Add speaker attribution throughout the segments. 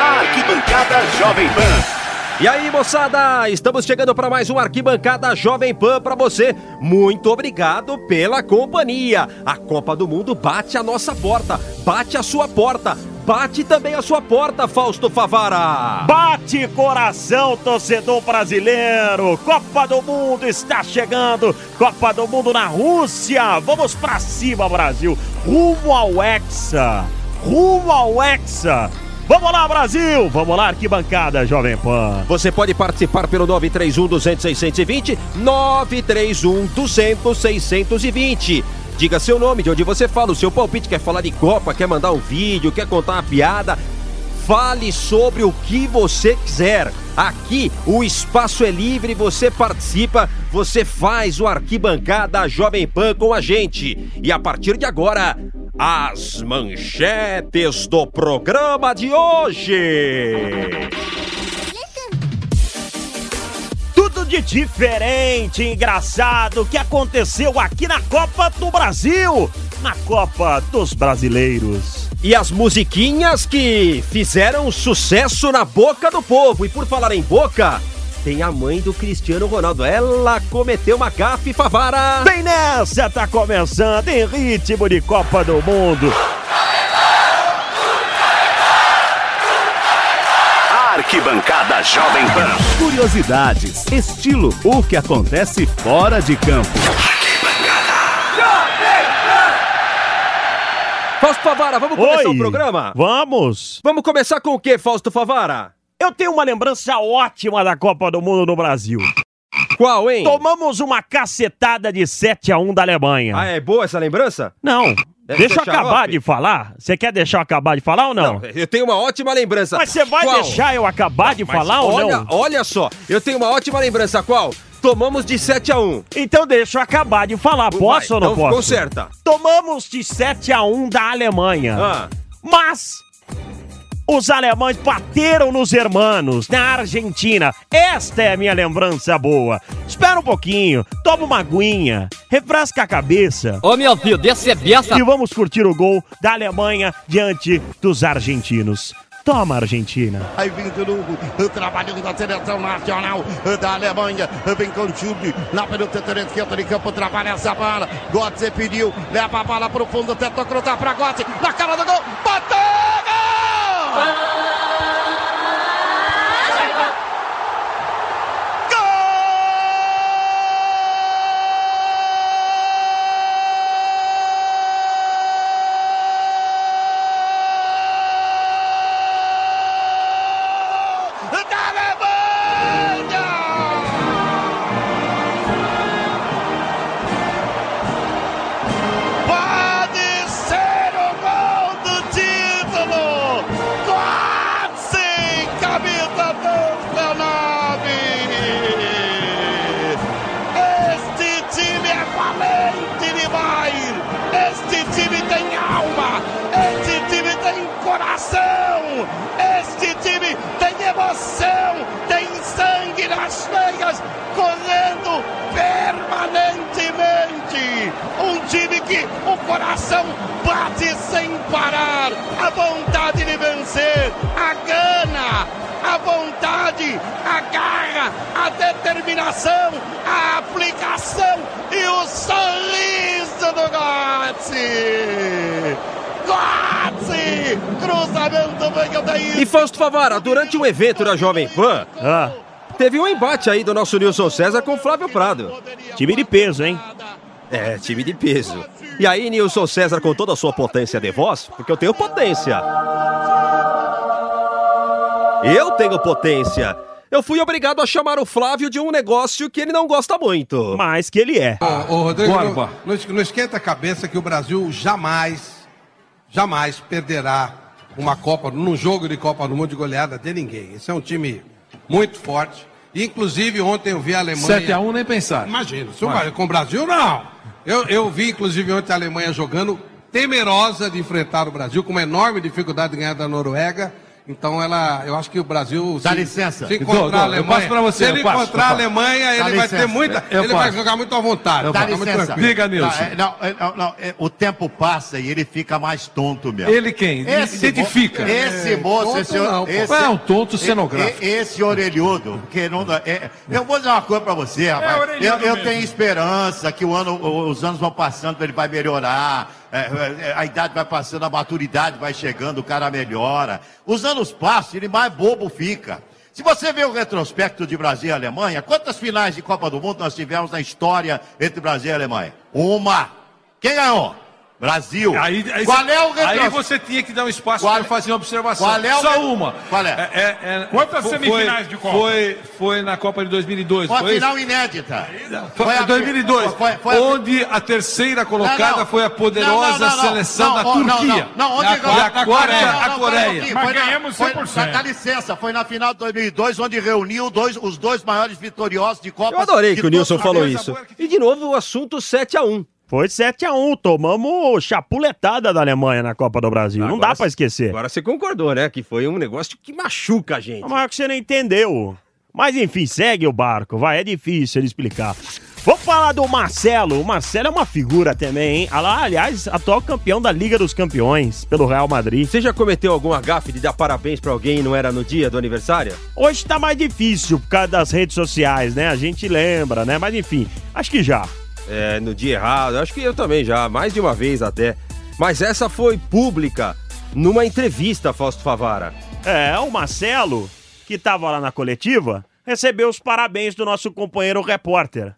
Speaker 1: Arquibancada Jovem Pan.
Speaker 2: E aí, moçada, estamos chegando para mais um Arquibancada Jovem Pan para você. Muito obrigado pela companhia. A Copa do Mundo bate a nossa porta, bate a sua porta, bate também a sua porta, Fausto Favara.
Speaker 3: Bate coração, torcedor brasileiro! Copa do Mundo está chegando! Copa do Mundo na Rússia! Vamos pra cima, Brasil! Rumo ao Hexa! Rumo ao Hexa! Vamos lá, Brasil! Vamos lá, arquibancada, Jovem Pan!
Speaker 2: Você pode participar pelo 931 200 620, 931 200 620. Diga seu nome, de onde você fala, o seu palpite, quer falar de Copa, quer mandar um vídeo, quer contar uma piada. Fale sobre o que você quiser. Aqui o espaço é livre, você participa, você faz o arquibancada Jovem Pan com a gente. E a partir de agora, as manchetes do programa de hoje.
Speaker 3: Tudo de diferente, engraçado que aconteceu aqui na Copa do Brasil, na Copa dos Brasileiros.
Speaker 2: E as musiquinhas que fizeram sucesso na boca do povo. E por falar em boca, tem a mãe do Cristiano Ronaldo. Ela cometeu uma gafe favara.
Speaker 3: Bem nessa, tá começando em ritmo de Copa do Mundo.
Speaker 1: Arquibancada Jovem Pan.
Speaker 4: Curiosidades, estilo, o que acontece fora de campo.
Speaker 2: Fausto Favara, vamos começar o programa?
Speaker 3: Vamos!
Speaker 2: Vamos começar com o que, Fausto Favara?
Speaker 3: Eu tenho uma lembrança ótima da Copa do Mundo no Brasil.
Speaker 2: Qual, hein?
Speaker 3: Tomamos uma cacetada de 7 a 1 da Alemanha.
Speaker 2: Ah, é boa essa lembrança?
Speaker 3: Não,
Speaker 2: Deve
Speaker 3: deixa eu
Speaker 2: ser
Speaker 3: acabar
Speaker 2: xarope.
Speaker 3: de falar. Você quer deixar eu acabar de falar ou não?
Speaker 2: Eu tenho uma ótima lembrança.
Speaker 3: Mas você vai
Speaker 2: é. Qual?
Speaker 3: deixar eu acabar de
Speaker 2: Mas
Speaker 3: falar ou
Speaker 2: olha,
Speaker 3: não?
Speaker 2: Olha só, eu tenho uma ótima lembrança. Qual? Tomamos de 7 a 1.
Speaker 3: Então deixa eu acabar de falar. Posso
Speaker 2: Vai,
Speaker 3: ou não
Speaker 2: então
Speaker 3: posso?
Speaker 2: Conserta.
Speaker 3: Tomamos de 7 a 1 da Alemanha.
Speaker 2: Ah,
Speaker 3: Mas os alemães bateram nos hermanos na Argentina. Esta é a minha lembrança boa. Espera um pouquinho, toma uma aguinha, refresca a cabeça
Speaker 5: Ô meu filho, desce essa
Speaker 3: e vamos curtir o gol da Alemanha diante dos argentinos. Toma, Argentina.
Speaker 6: Aí vem de novo, trabalhando da seleção nacional da Alemanha. Vem com o Jubi na penúltima esquerda de campo, trabalha essa bola. Götze pediu, leva a bola pro fundo, tentou cruzar pra Götze, na cara do gol, bateu! Gol! Da Alemanha! Pode ser o gol do título! Quase camisa dupla nove! Este time é valente demais! Este time tem alma! Este time tem coração! Este time tem emoção! Tem sangue nas veias correndo permanentemente! Um time que o coração bate sem parar! A vontade de vencer! A gana! a vontade, a garra, a determinação, a aplicação e o sorriso do Götze. Götze, cruzamento bem da
Speaker 2: E Fausto Favara, durante um evento da Jovem Pan,
Speaker 3: Ah,
Speaker 2: teve um embate aí do nosso Nilson César é com Flávio Prado.
Speaker 3: time de peso, hein?
Speaker 2: É, time de peso. E aí, Nilson César, com toda a sua potência de voz, porque eu tenho potência. Eu tenho potência. Eu fui obrigado a chamar o Flávio de um negócio que ele não gosta muito.
Speaker 3: Mas que ele é.
Speaker 7: Ah, Ô, ô, Rodrigo,
Speaker 2: Corba.
Speaker 7: não, não es- não esquenta a cabeça que o Brasil jamais, jamais perderá uma Copa, num jogo de Copa do Mundo de goleada de ninguém. Esse é um time muito forte. Inclusive, ontem eu vi a Alemanha.
Speaker 8: 7x1 nem pensar.
Speaker 7: Imagina, se o Brasil- com o Brasil, não. Eu, eu vi, inclusive, ontem a Alemanha jogando, temerosa de enfrentar o Brasil, com uma enorme dificuldade de ganhar da Noruega. Então ela, eu acho que o Brasil
Speaker 6: Dá
Speaker 7: se,
Speaker 6: licença.
Speaker 7: se
Speaker 6: Dou, dou,
Speaker 7: encontrar
Speaker 6: eu
Speaker 7: a Alemanha,
Speaker 6: passo pra você,
Speaker 7: se ele
Speaker 6: eu passo,
Speaker 7: encontrar
Speaker 6: eu
Speaker 7: a
Speaker 6: passo.
Speaker 7: Alemanha,
Speaker 6: Dá
Speaker 7: ele vai
Speaker 6: licença,
Speaker 7: ter muita,
Speaker 6: eu
Speaker 7: ele vai
Speaker 6: passo.
Speaker 7: jogar muito à
Speaker 4: É,
Speaker 7: vontade.
Speaker 6: Dá
Speaker 7: vai ficar muito
Speaker 6: licença.
Speaker 7: tranquilo.
Speaker 4: tá Diga, Nilson.
Speaker 6: Tá, é, Não, é, não, não, é, o tempo passa e ele fica mais tonto mesmo.
Speaker 4: Ele quem? Identifica.
Speaker 6: mo- Esse moço,
Speaker 7: tonto
Speaker 6: esse,
Speaker 7: não, pô.
Speaker 6: esse
Speaker 4: É um tonto cenográfico.
Speaker 6: e- e- Esse orelhudo, que não dá- é- eu vou dizer uma coisa pra você, rapaz.
Speaker 4: É orelhudo
Speaker 6: eu, eu
Speaker 4: mesmo.
Speaker 6: tenho esperança que o ano, os anos vão passando, ele vai melhorar. é, é, a idade vai passando, a maturidade vai chegando, o cara melhora. Os anos passam, ele mais bobo fica. Se você vê o retrospecto de Brasil e Alemanha, quantas finais de Copa do Mundo nós tivemos na história entre Brasil e Alemanha? Uma. Quem ganhou? Brasil.
Speaker 4: Aí, aí-
Speaker 6: Qual é o retrospecto?
Speaker 4: Aí você tinha que dar um espaço
Speaker 6: Qual-
Speaker 4: para fazer uma observação.
Speaker 6: Qual é o-
Speaker 4: Só uma.
Speaker 6: Qual é?
Speaker 4: Quantas semifinais de Copa? Foi, foi na Copa de 2002.
Speaker 6: Foi a
Speaker 4: foi isso?
Speaker 6: final inédita.
Speaker 4: Foi,
Speaker 6: a-
Speaker 4: 2002,
Speaker 6: foi- foi a-
Speaker 4: onde a
Speaker 6: Não,
Speaker 4: terceira
Speaker 6: não.
Speaker 4: colocada foi a
Speaker 6: Não, não,
Speaker 4: poderosa
Speaker 6: não, não.
Speaker 4: seleção
Speaker 6: Não,
Speaker 4: da
Speaker 6: ó, Não,
Speaker 4: Turquia.
Speaker 6: não, não. onde
Speaker 4: da,
Speaker 6: ganhou?
Speaker 4: da quarta,
Speaker 6: Não, não,
Speaker 4: a
Speaker 6: não,
Speaker 4: Coreia.
Speaker 6: pera um pouquinho. Foi na- foi- dá- Dá licença, foi na final de 2002 onde reuniu dois- os dois maiores vitoriosos de Copa.
Speaker 2: Eu adorei que
Speaker 6: de
Speaker 2: o
Speaker 6: todos
Speaker 2: Nilson
Speaker 6: os
Speaker 2: falou
Speaker 6: tempos.
Speaker 2: isso. E de novo o assunto 7x1.
Speaker 3: Foi 7x1, tomamos chapuletada da Alemanha na Copa do Brasil. não
Speaker 2: Agora
Speaker 3: dá pra
Speaker 2: c-
Speaker 3: esquecer.
Speaker 2: Agora você concordou, né? Que foi um negócio que machuca a gente.
Speaker 3: Mas que você não entendeu. Mas enfim, segue o barco, vai, é difícil ele explicar. Vamos falar do Marcelo. O Marcelo é uma figura também, hein? Ah lá, Aliás, atual campeão da Liga dos Campeões pelo Real Madrid.
Speaker 2: Você já cometeu alguma gafe de dar parabéns pra alguém e não era no dia do aniversário?
Speaker 3: Hoje tá mais difícil por causa das redes sociais, né? A gente lembra, né? Mas enfim, acho que já.
Speaker 2: É, no dia errado. Acho que eu também já, mais de uma vez até. Mas essa foi pública, numa entrevista, Fausto Favara.
Speaker 3: É, o Marcelo, que tava lá na coletiva, recebeu os parabéns do nosso companheiro repórter.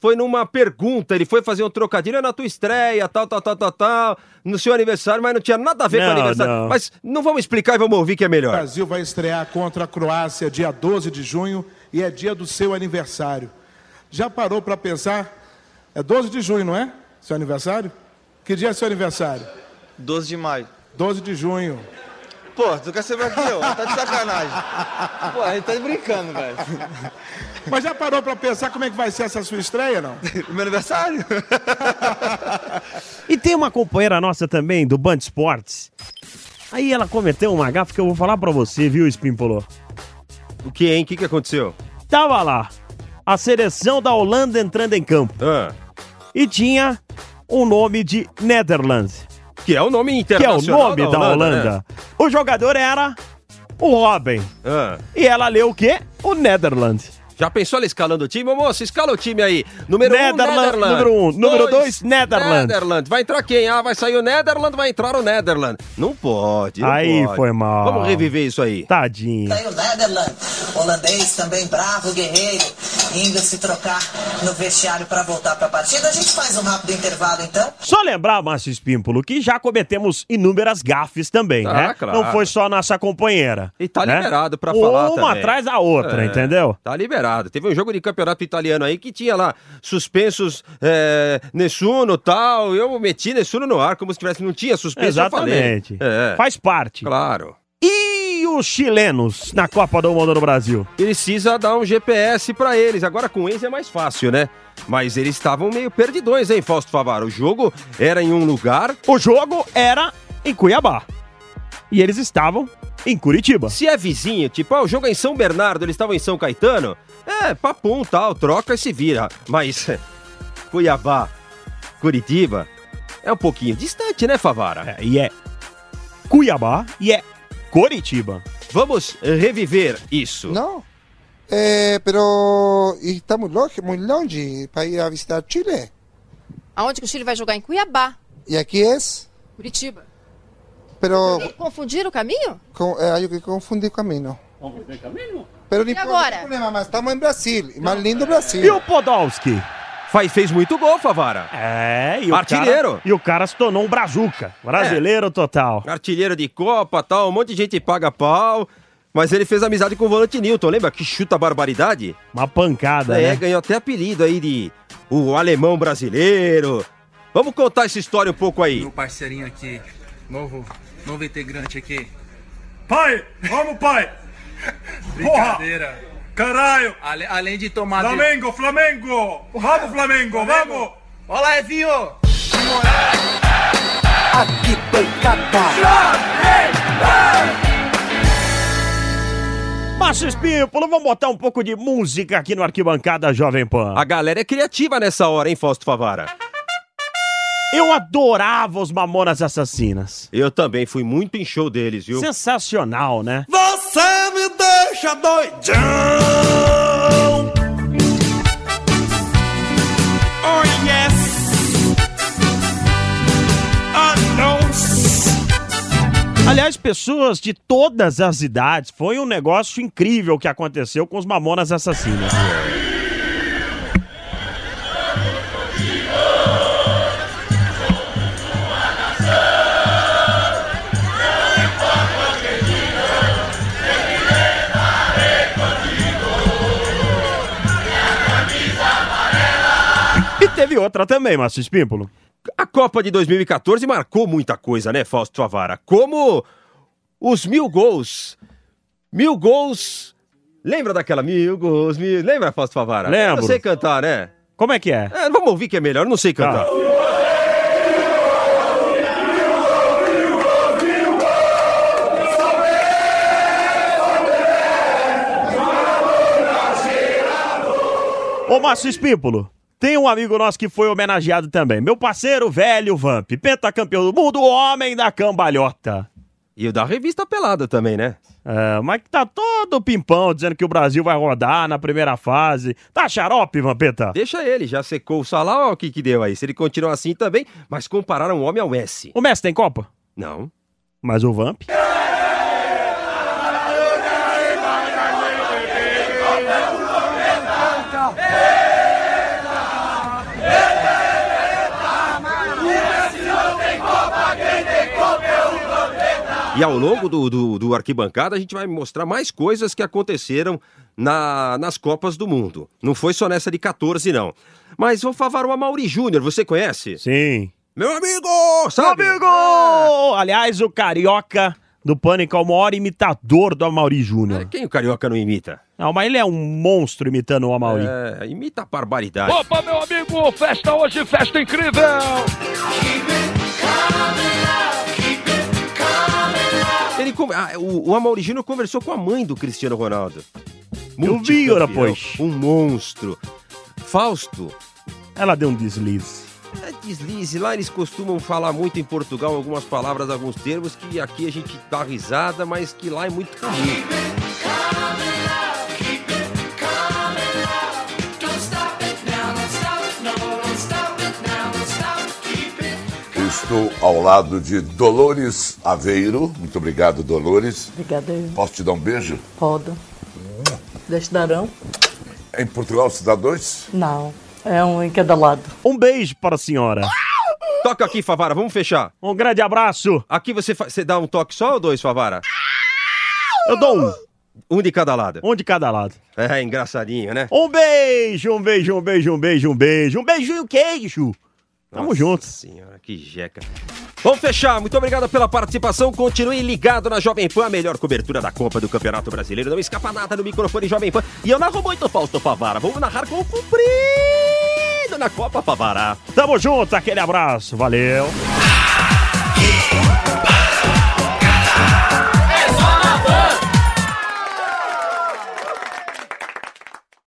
Speaker 2: Foi numa pergunta, ele foi fazer um trocadilho "É na tua estreia, tal, tal, tal, tal, tal, no seu aniversário, mas não tinha nada a ver com
Speaker 3: Não,
Speaker 2: o aniversário.
Speaker 3: não.
Speaker 2: Mas não vamos explicar e vamos ouvir que é
Speaker 9: O
Speaker 2: melhor.
Speaker 9: Brasil vai estrear contra a Croácia dia 12 de junho e é dia do seu aniversário. Já parou para pensar? É 12 de junho, não é? Seu aniversário? Que dia é seu aniversário?
Speaker 10: 12 de maio.
Speaker 9: 12 de junho.
Speaker 10: Pô, tu quer ser mais que eu? Tá de sacanagem. Pô, a gente tá brincando, velho.
Speaker 9: Mas já parou para pensar como é que vai ser essa sua estreia, não?
Speaker 10: Meu aniversário?
Speaker 3: E tem uma companheira nossa também, do Band Esportes. Aí ela cometeu uma gafa que eu vou falar pra você, viu, Espímpolo?
Speaker 2: O que, hein? O que, que aconteceu?
Speaker 3: Tava lá a seleção da Holanda entrando em campo
Speaker 2: Ah,
Speaker 3: e tinha o nome de Netherlands,
Speaker 2: que é o nome
Speaker 3: que é o
Speaker 2: internacional
Speaker 3: nome da Holanda.
Speaker 2: né?
Speaker 3: O jogador era o Robin.
Speaker 2: Ah.
Speaker 3: E ela leu o quê? O Netherlands.
Speaker 2: Já pensou ela escalando o time? Ô, moço, escala o time aí. Número 1, um,
Speaker 3: Netherlands,
Speaker 2: Netherlands.
Speaker 3: número um. Número dois, Netherlands.
Speaker 2: Netherlands. Vai entrar quem? Ah, vai sair o Netherlands, vai entrar o Netherlands. Não pode, não
Speaker 3: Aí
Speaker 2: pode.
Speaker 3: foi mal.
Speaker 2: Vamos reviver isso aí.
Speaker 3: Tadinho.
Speaker 11: Tem o Netherland, holandês também bravo, guerreiro, indo se trocar no vestiário para voltar para a partida. A gente faz um rápido intervalo então.
Speaker 3: Só lembrar, Márcio Espímpolo, que já cometemos inúmeras gafes também,
Speaker 2: Ah,
Speaker 3: né?
Speaker 2: claro.
Speaker 3: Não foi só a nossa companheira.
Speaker 2: E tá
Speaker 3: né?
Speaker 2: liberado pra falar
Speaker 3: Uma
Speaker 2: também.
Speaker 3: atrás da outra,
Speaker 2: É,
Speaker 3: entendeu?
Speaker 2: Tá liberado. Teve um jogo de campeonato italiano aí que tinha lá suspensos é, Nessuno tal. Eu meti Nessuno no ar como se tivesse. Não tinha suspenso.
Speaker 3: Exatamente.
Speaker 2: Eu falei. É,
Speaker 3: Faz parte.
Speaker 2: Claro.
Speaker 3: E os chilenos na Copa do Mundo no Brasil?
Speaker 2: precisa dar um GPS pra eles. Agora com eles é mais fácil, né? Mas eles estavam meio perdidões, hein, Fausto Favaro? O jogo era em um lugar.
Speaker 3: O jogo era em Cuiabá. E eles estavam em Curitiba.
Speaker 2: Se é vizinho, tipo, ah, o jogo é em São Bernardo, eles estavam em São Caetano. É, papum, tal, troca e se vira. Mas Cuiabá, Curitiba, é um pouquinho distante, né, Favara?
Speaker 3: É, e é Cuiabá e é Curitiba.
Speaker 2: Vamos reviver isso.
Speaker 12: No, eh, pero y está muy longe, muy longe para ir a visitar Chile.
Speaker 11: Aonde que o Chile vai jogar? Em Cuiabá,
Speaker 12: Y aquí es,
Speaker 11: Curitiba.
Speaker 12: é pero
Speaker 11: Confundiram o caminho?
Speaker 12: con- eh, hay que confundir camino. Pero ni
Speaker 11: ¿Y ahora?
Speaker 12: problema, más estamos en Brasil, y más lindo Brasil.
Speaker 3: E o Podolski?
Speaker 2: Faz, fez muito gol, Favara.
Speaker 3: É, e o
Speaker 2: Artilheiro.
Speaker 3: Cara, e o cara se tornou um brazuca. Brasileiro total.
Speaker 2: Artilheiro de Copa, tal, um monte de gente paga pau. Mas ele fez amizade com o volante Newton, lembra que chuta a barbaridade?
Speaker 3: Uma pancada,
Speaker 2: É,
Speaker 3: né?
Speaker 2: ganhou até apelido aí de o alemão brasileiro. Vamos contar essa história um pouco aí.
Speaker 10: Parceirinho aqui, novo, novo integrante aqui.
Speaker 9: Pai, vamos, pai!
Speaker 10: Brincadeira.
Speaker 9: Caralho!
Speaker 10: Ale- além de tomar...
Speaker 9: Flamengo! Vamos, Flamengo, vamos!
Speaker 10: Olá, Evinho!
Speaker 13: Jovem Pan!
Speaker 3: nossos people, vamos botar um pouco de música aqui no Arquibancada Jovem Pan.
Speaker 2: A galera é criativa nessa hora, hein, Fausto Favara?
Speaker 3: Eu adorava os Mamonas Assassinas.
Speaker 2: Eu também fui muito em show deles, viu?
Speaker 3: Sensacional, né?
Speaker 6: Você me deixa doidão. Oh yes. Oh no.
Speaker 3: Aliás, pessoas de todas as idades, foi um negócio incrível que aconteceu com os Mamonas Assassinas. E teve outra também, Márcio Espímpolo.
Speaker 2: A Copa de 2014 marcou muita coisa, né, Fausto Favara? Como os mil gols. Mil gols. Lembra daquela mil gols, mil... Lembra, Fausto Favara?
Speaker 3: Lembro.
Speaker 2: Eu sei cantar, né?
Speaker 3: Como é que é?
Speaker 2: É, vamos ouvir que é melhor, eu não sei cantar.
Speaker 3: Ah. Ô, Márcio Espímpolo, tem um amigo nosso que foi homenageado também. Meu parceiro velho Vamp, pentacampeão do mundo, homem da cambalhota.
Speaker 2: E o da revista Pelada também, né?
Speaker 3: É, mas que tá todo pimpão dizendo que o Brasil vai rodar na primeira fase. Tá xarope, Vampeta?
Speaker 2: Deixa ele, já secou o salário, olha o que que deu aí. Se ele continuar assim também, mas compararam o homem ao S.
Speaker 3: O Messi tem Copa?
Speaker 2: Não.
Speaker 3: Mas o Vamp?
Speaker 2: E ao longo do, do, do arquibancada, a gente vai mostrar mais coisas que aconteceram na- nas Copas do Mundo. Não foi só nessa de 14, não. Mas vou falar o Amaury Júnior, você conhece?
Speaker 3: Sim.
Speaker 2: Meu amigo! Sabe?
Speaker 3: Amigo!
Speaker 2: Ah.
Speaker 3: Aliás, o Carioca do Pânico é o maior imitador do Amaury Júnior.
Speaker 2: É. Quem o carioca não imita?
Speaker 3: Não, mas ele é um monstro imitando o Amaury.
Speaker 2: É, imita a barbaridade.
Speaker 14: Opa, meu amigo, festa hoje, festa incrível!
Speaker 2: Ele, con- ah, o, o Amaury Júnior conversou com a mãe do Cristiano Ronaldo.
Speaker 3: Eu vi,
Speaker 2: Multicampeão,
Speaker 3: ora, pois.
Speaker 2: Um monstro. Fausto,
Speaker 3: Ela deu um deslize.
Speaker 2: é deslize. Lá eles costumam falar muito em Portugal algumas palavras, alguns termos que aqui a gente dá risada, mas que lá é muito comum.
Speaker 15: Eu estou ao lado de Dolores Aveiro. Muito obrigado, Dolores.
Speaker 11: Obrigada, eu.
Speaker 15: Posso te dar um beijo?
Speaker 11: Roda. Deste darão?
Speaker 15: Em Portugal se dá dois?
Speaker 11: Não. É um em cada lado.
Speaker 3: Um beijo para a senhora.
Speaker 2: Toca aqui, Favara, vamos fechar.
Speaker 3: Um grande abraço.
Speaker 2: Aqui você, fa- você dá um toque só ou dois, Favara?
Speaker 3: Eu dou um.
Speaker 2: Um de cada lado.
Speaker 3: Um de cada lado.
Speaker 2: É, engraçadinho, né?
Speaker 3: Um beijo, um beijo, um beijo, um beijo, um beijo. Um beijo e um queijo. Tamo
Speaker 2: Nossa
Speaker 3: junto.
Speaker 2: Senhora, que jeca. Vamos fechar. Muito obrigado pela participação. Continue ligado na Jovem Pan, a melhor cobertura da Copa do Campeonato Brasileiro. Não escapa nada no microfone Jovem Pan. E eu narro muito Fausto Favara. Vamos narrar com o Cumprido na Copa Favara.
Speaker 3: Tamo junto, aquele abraço. Valeu.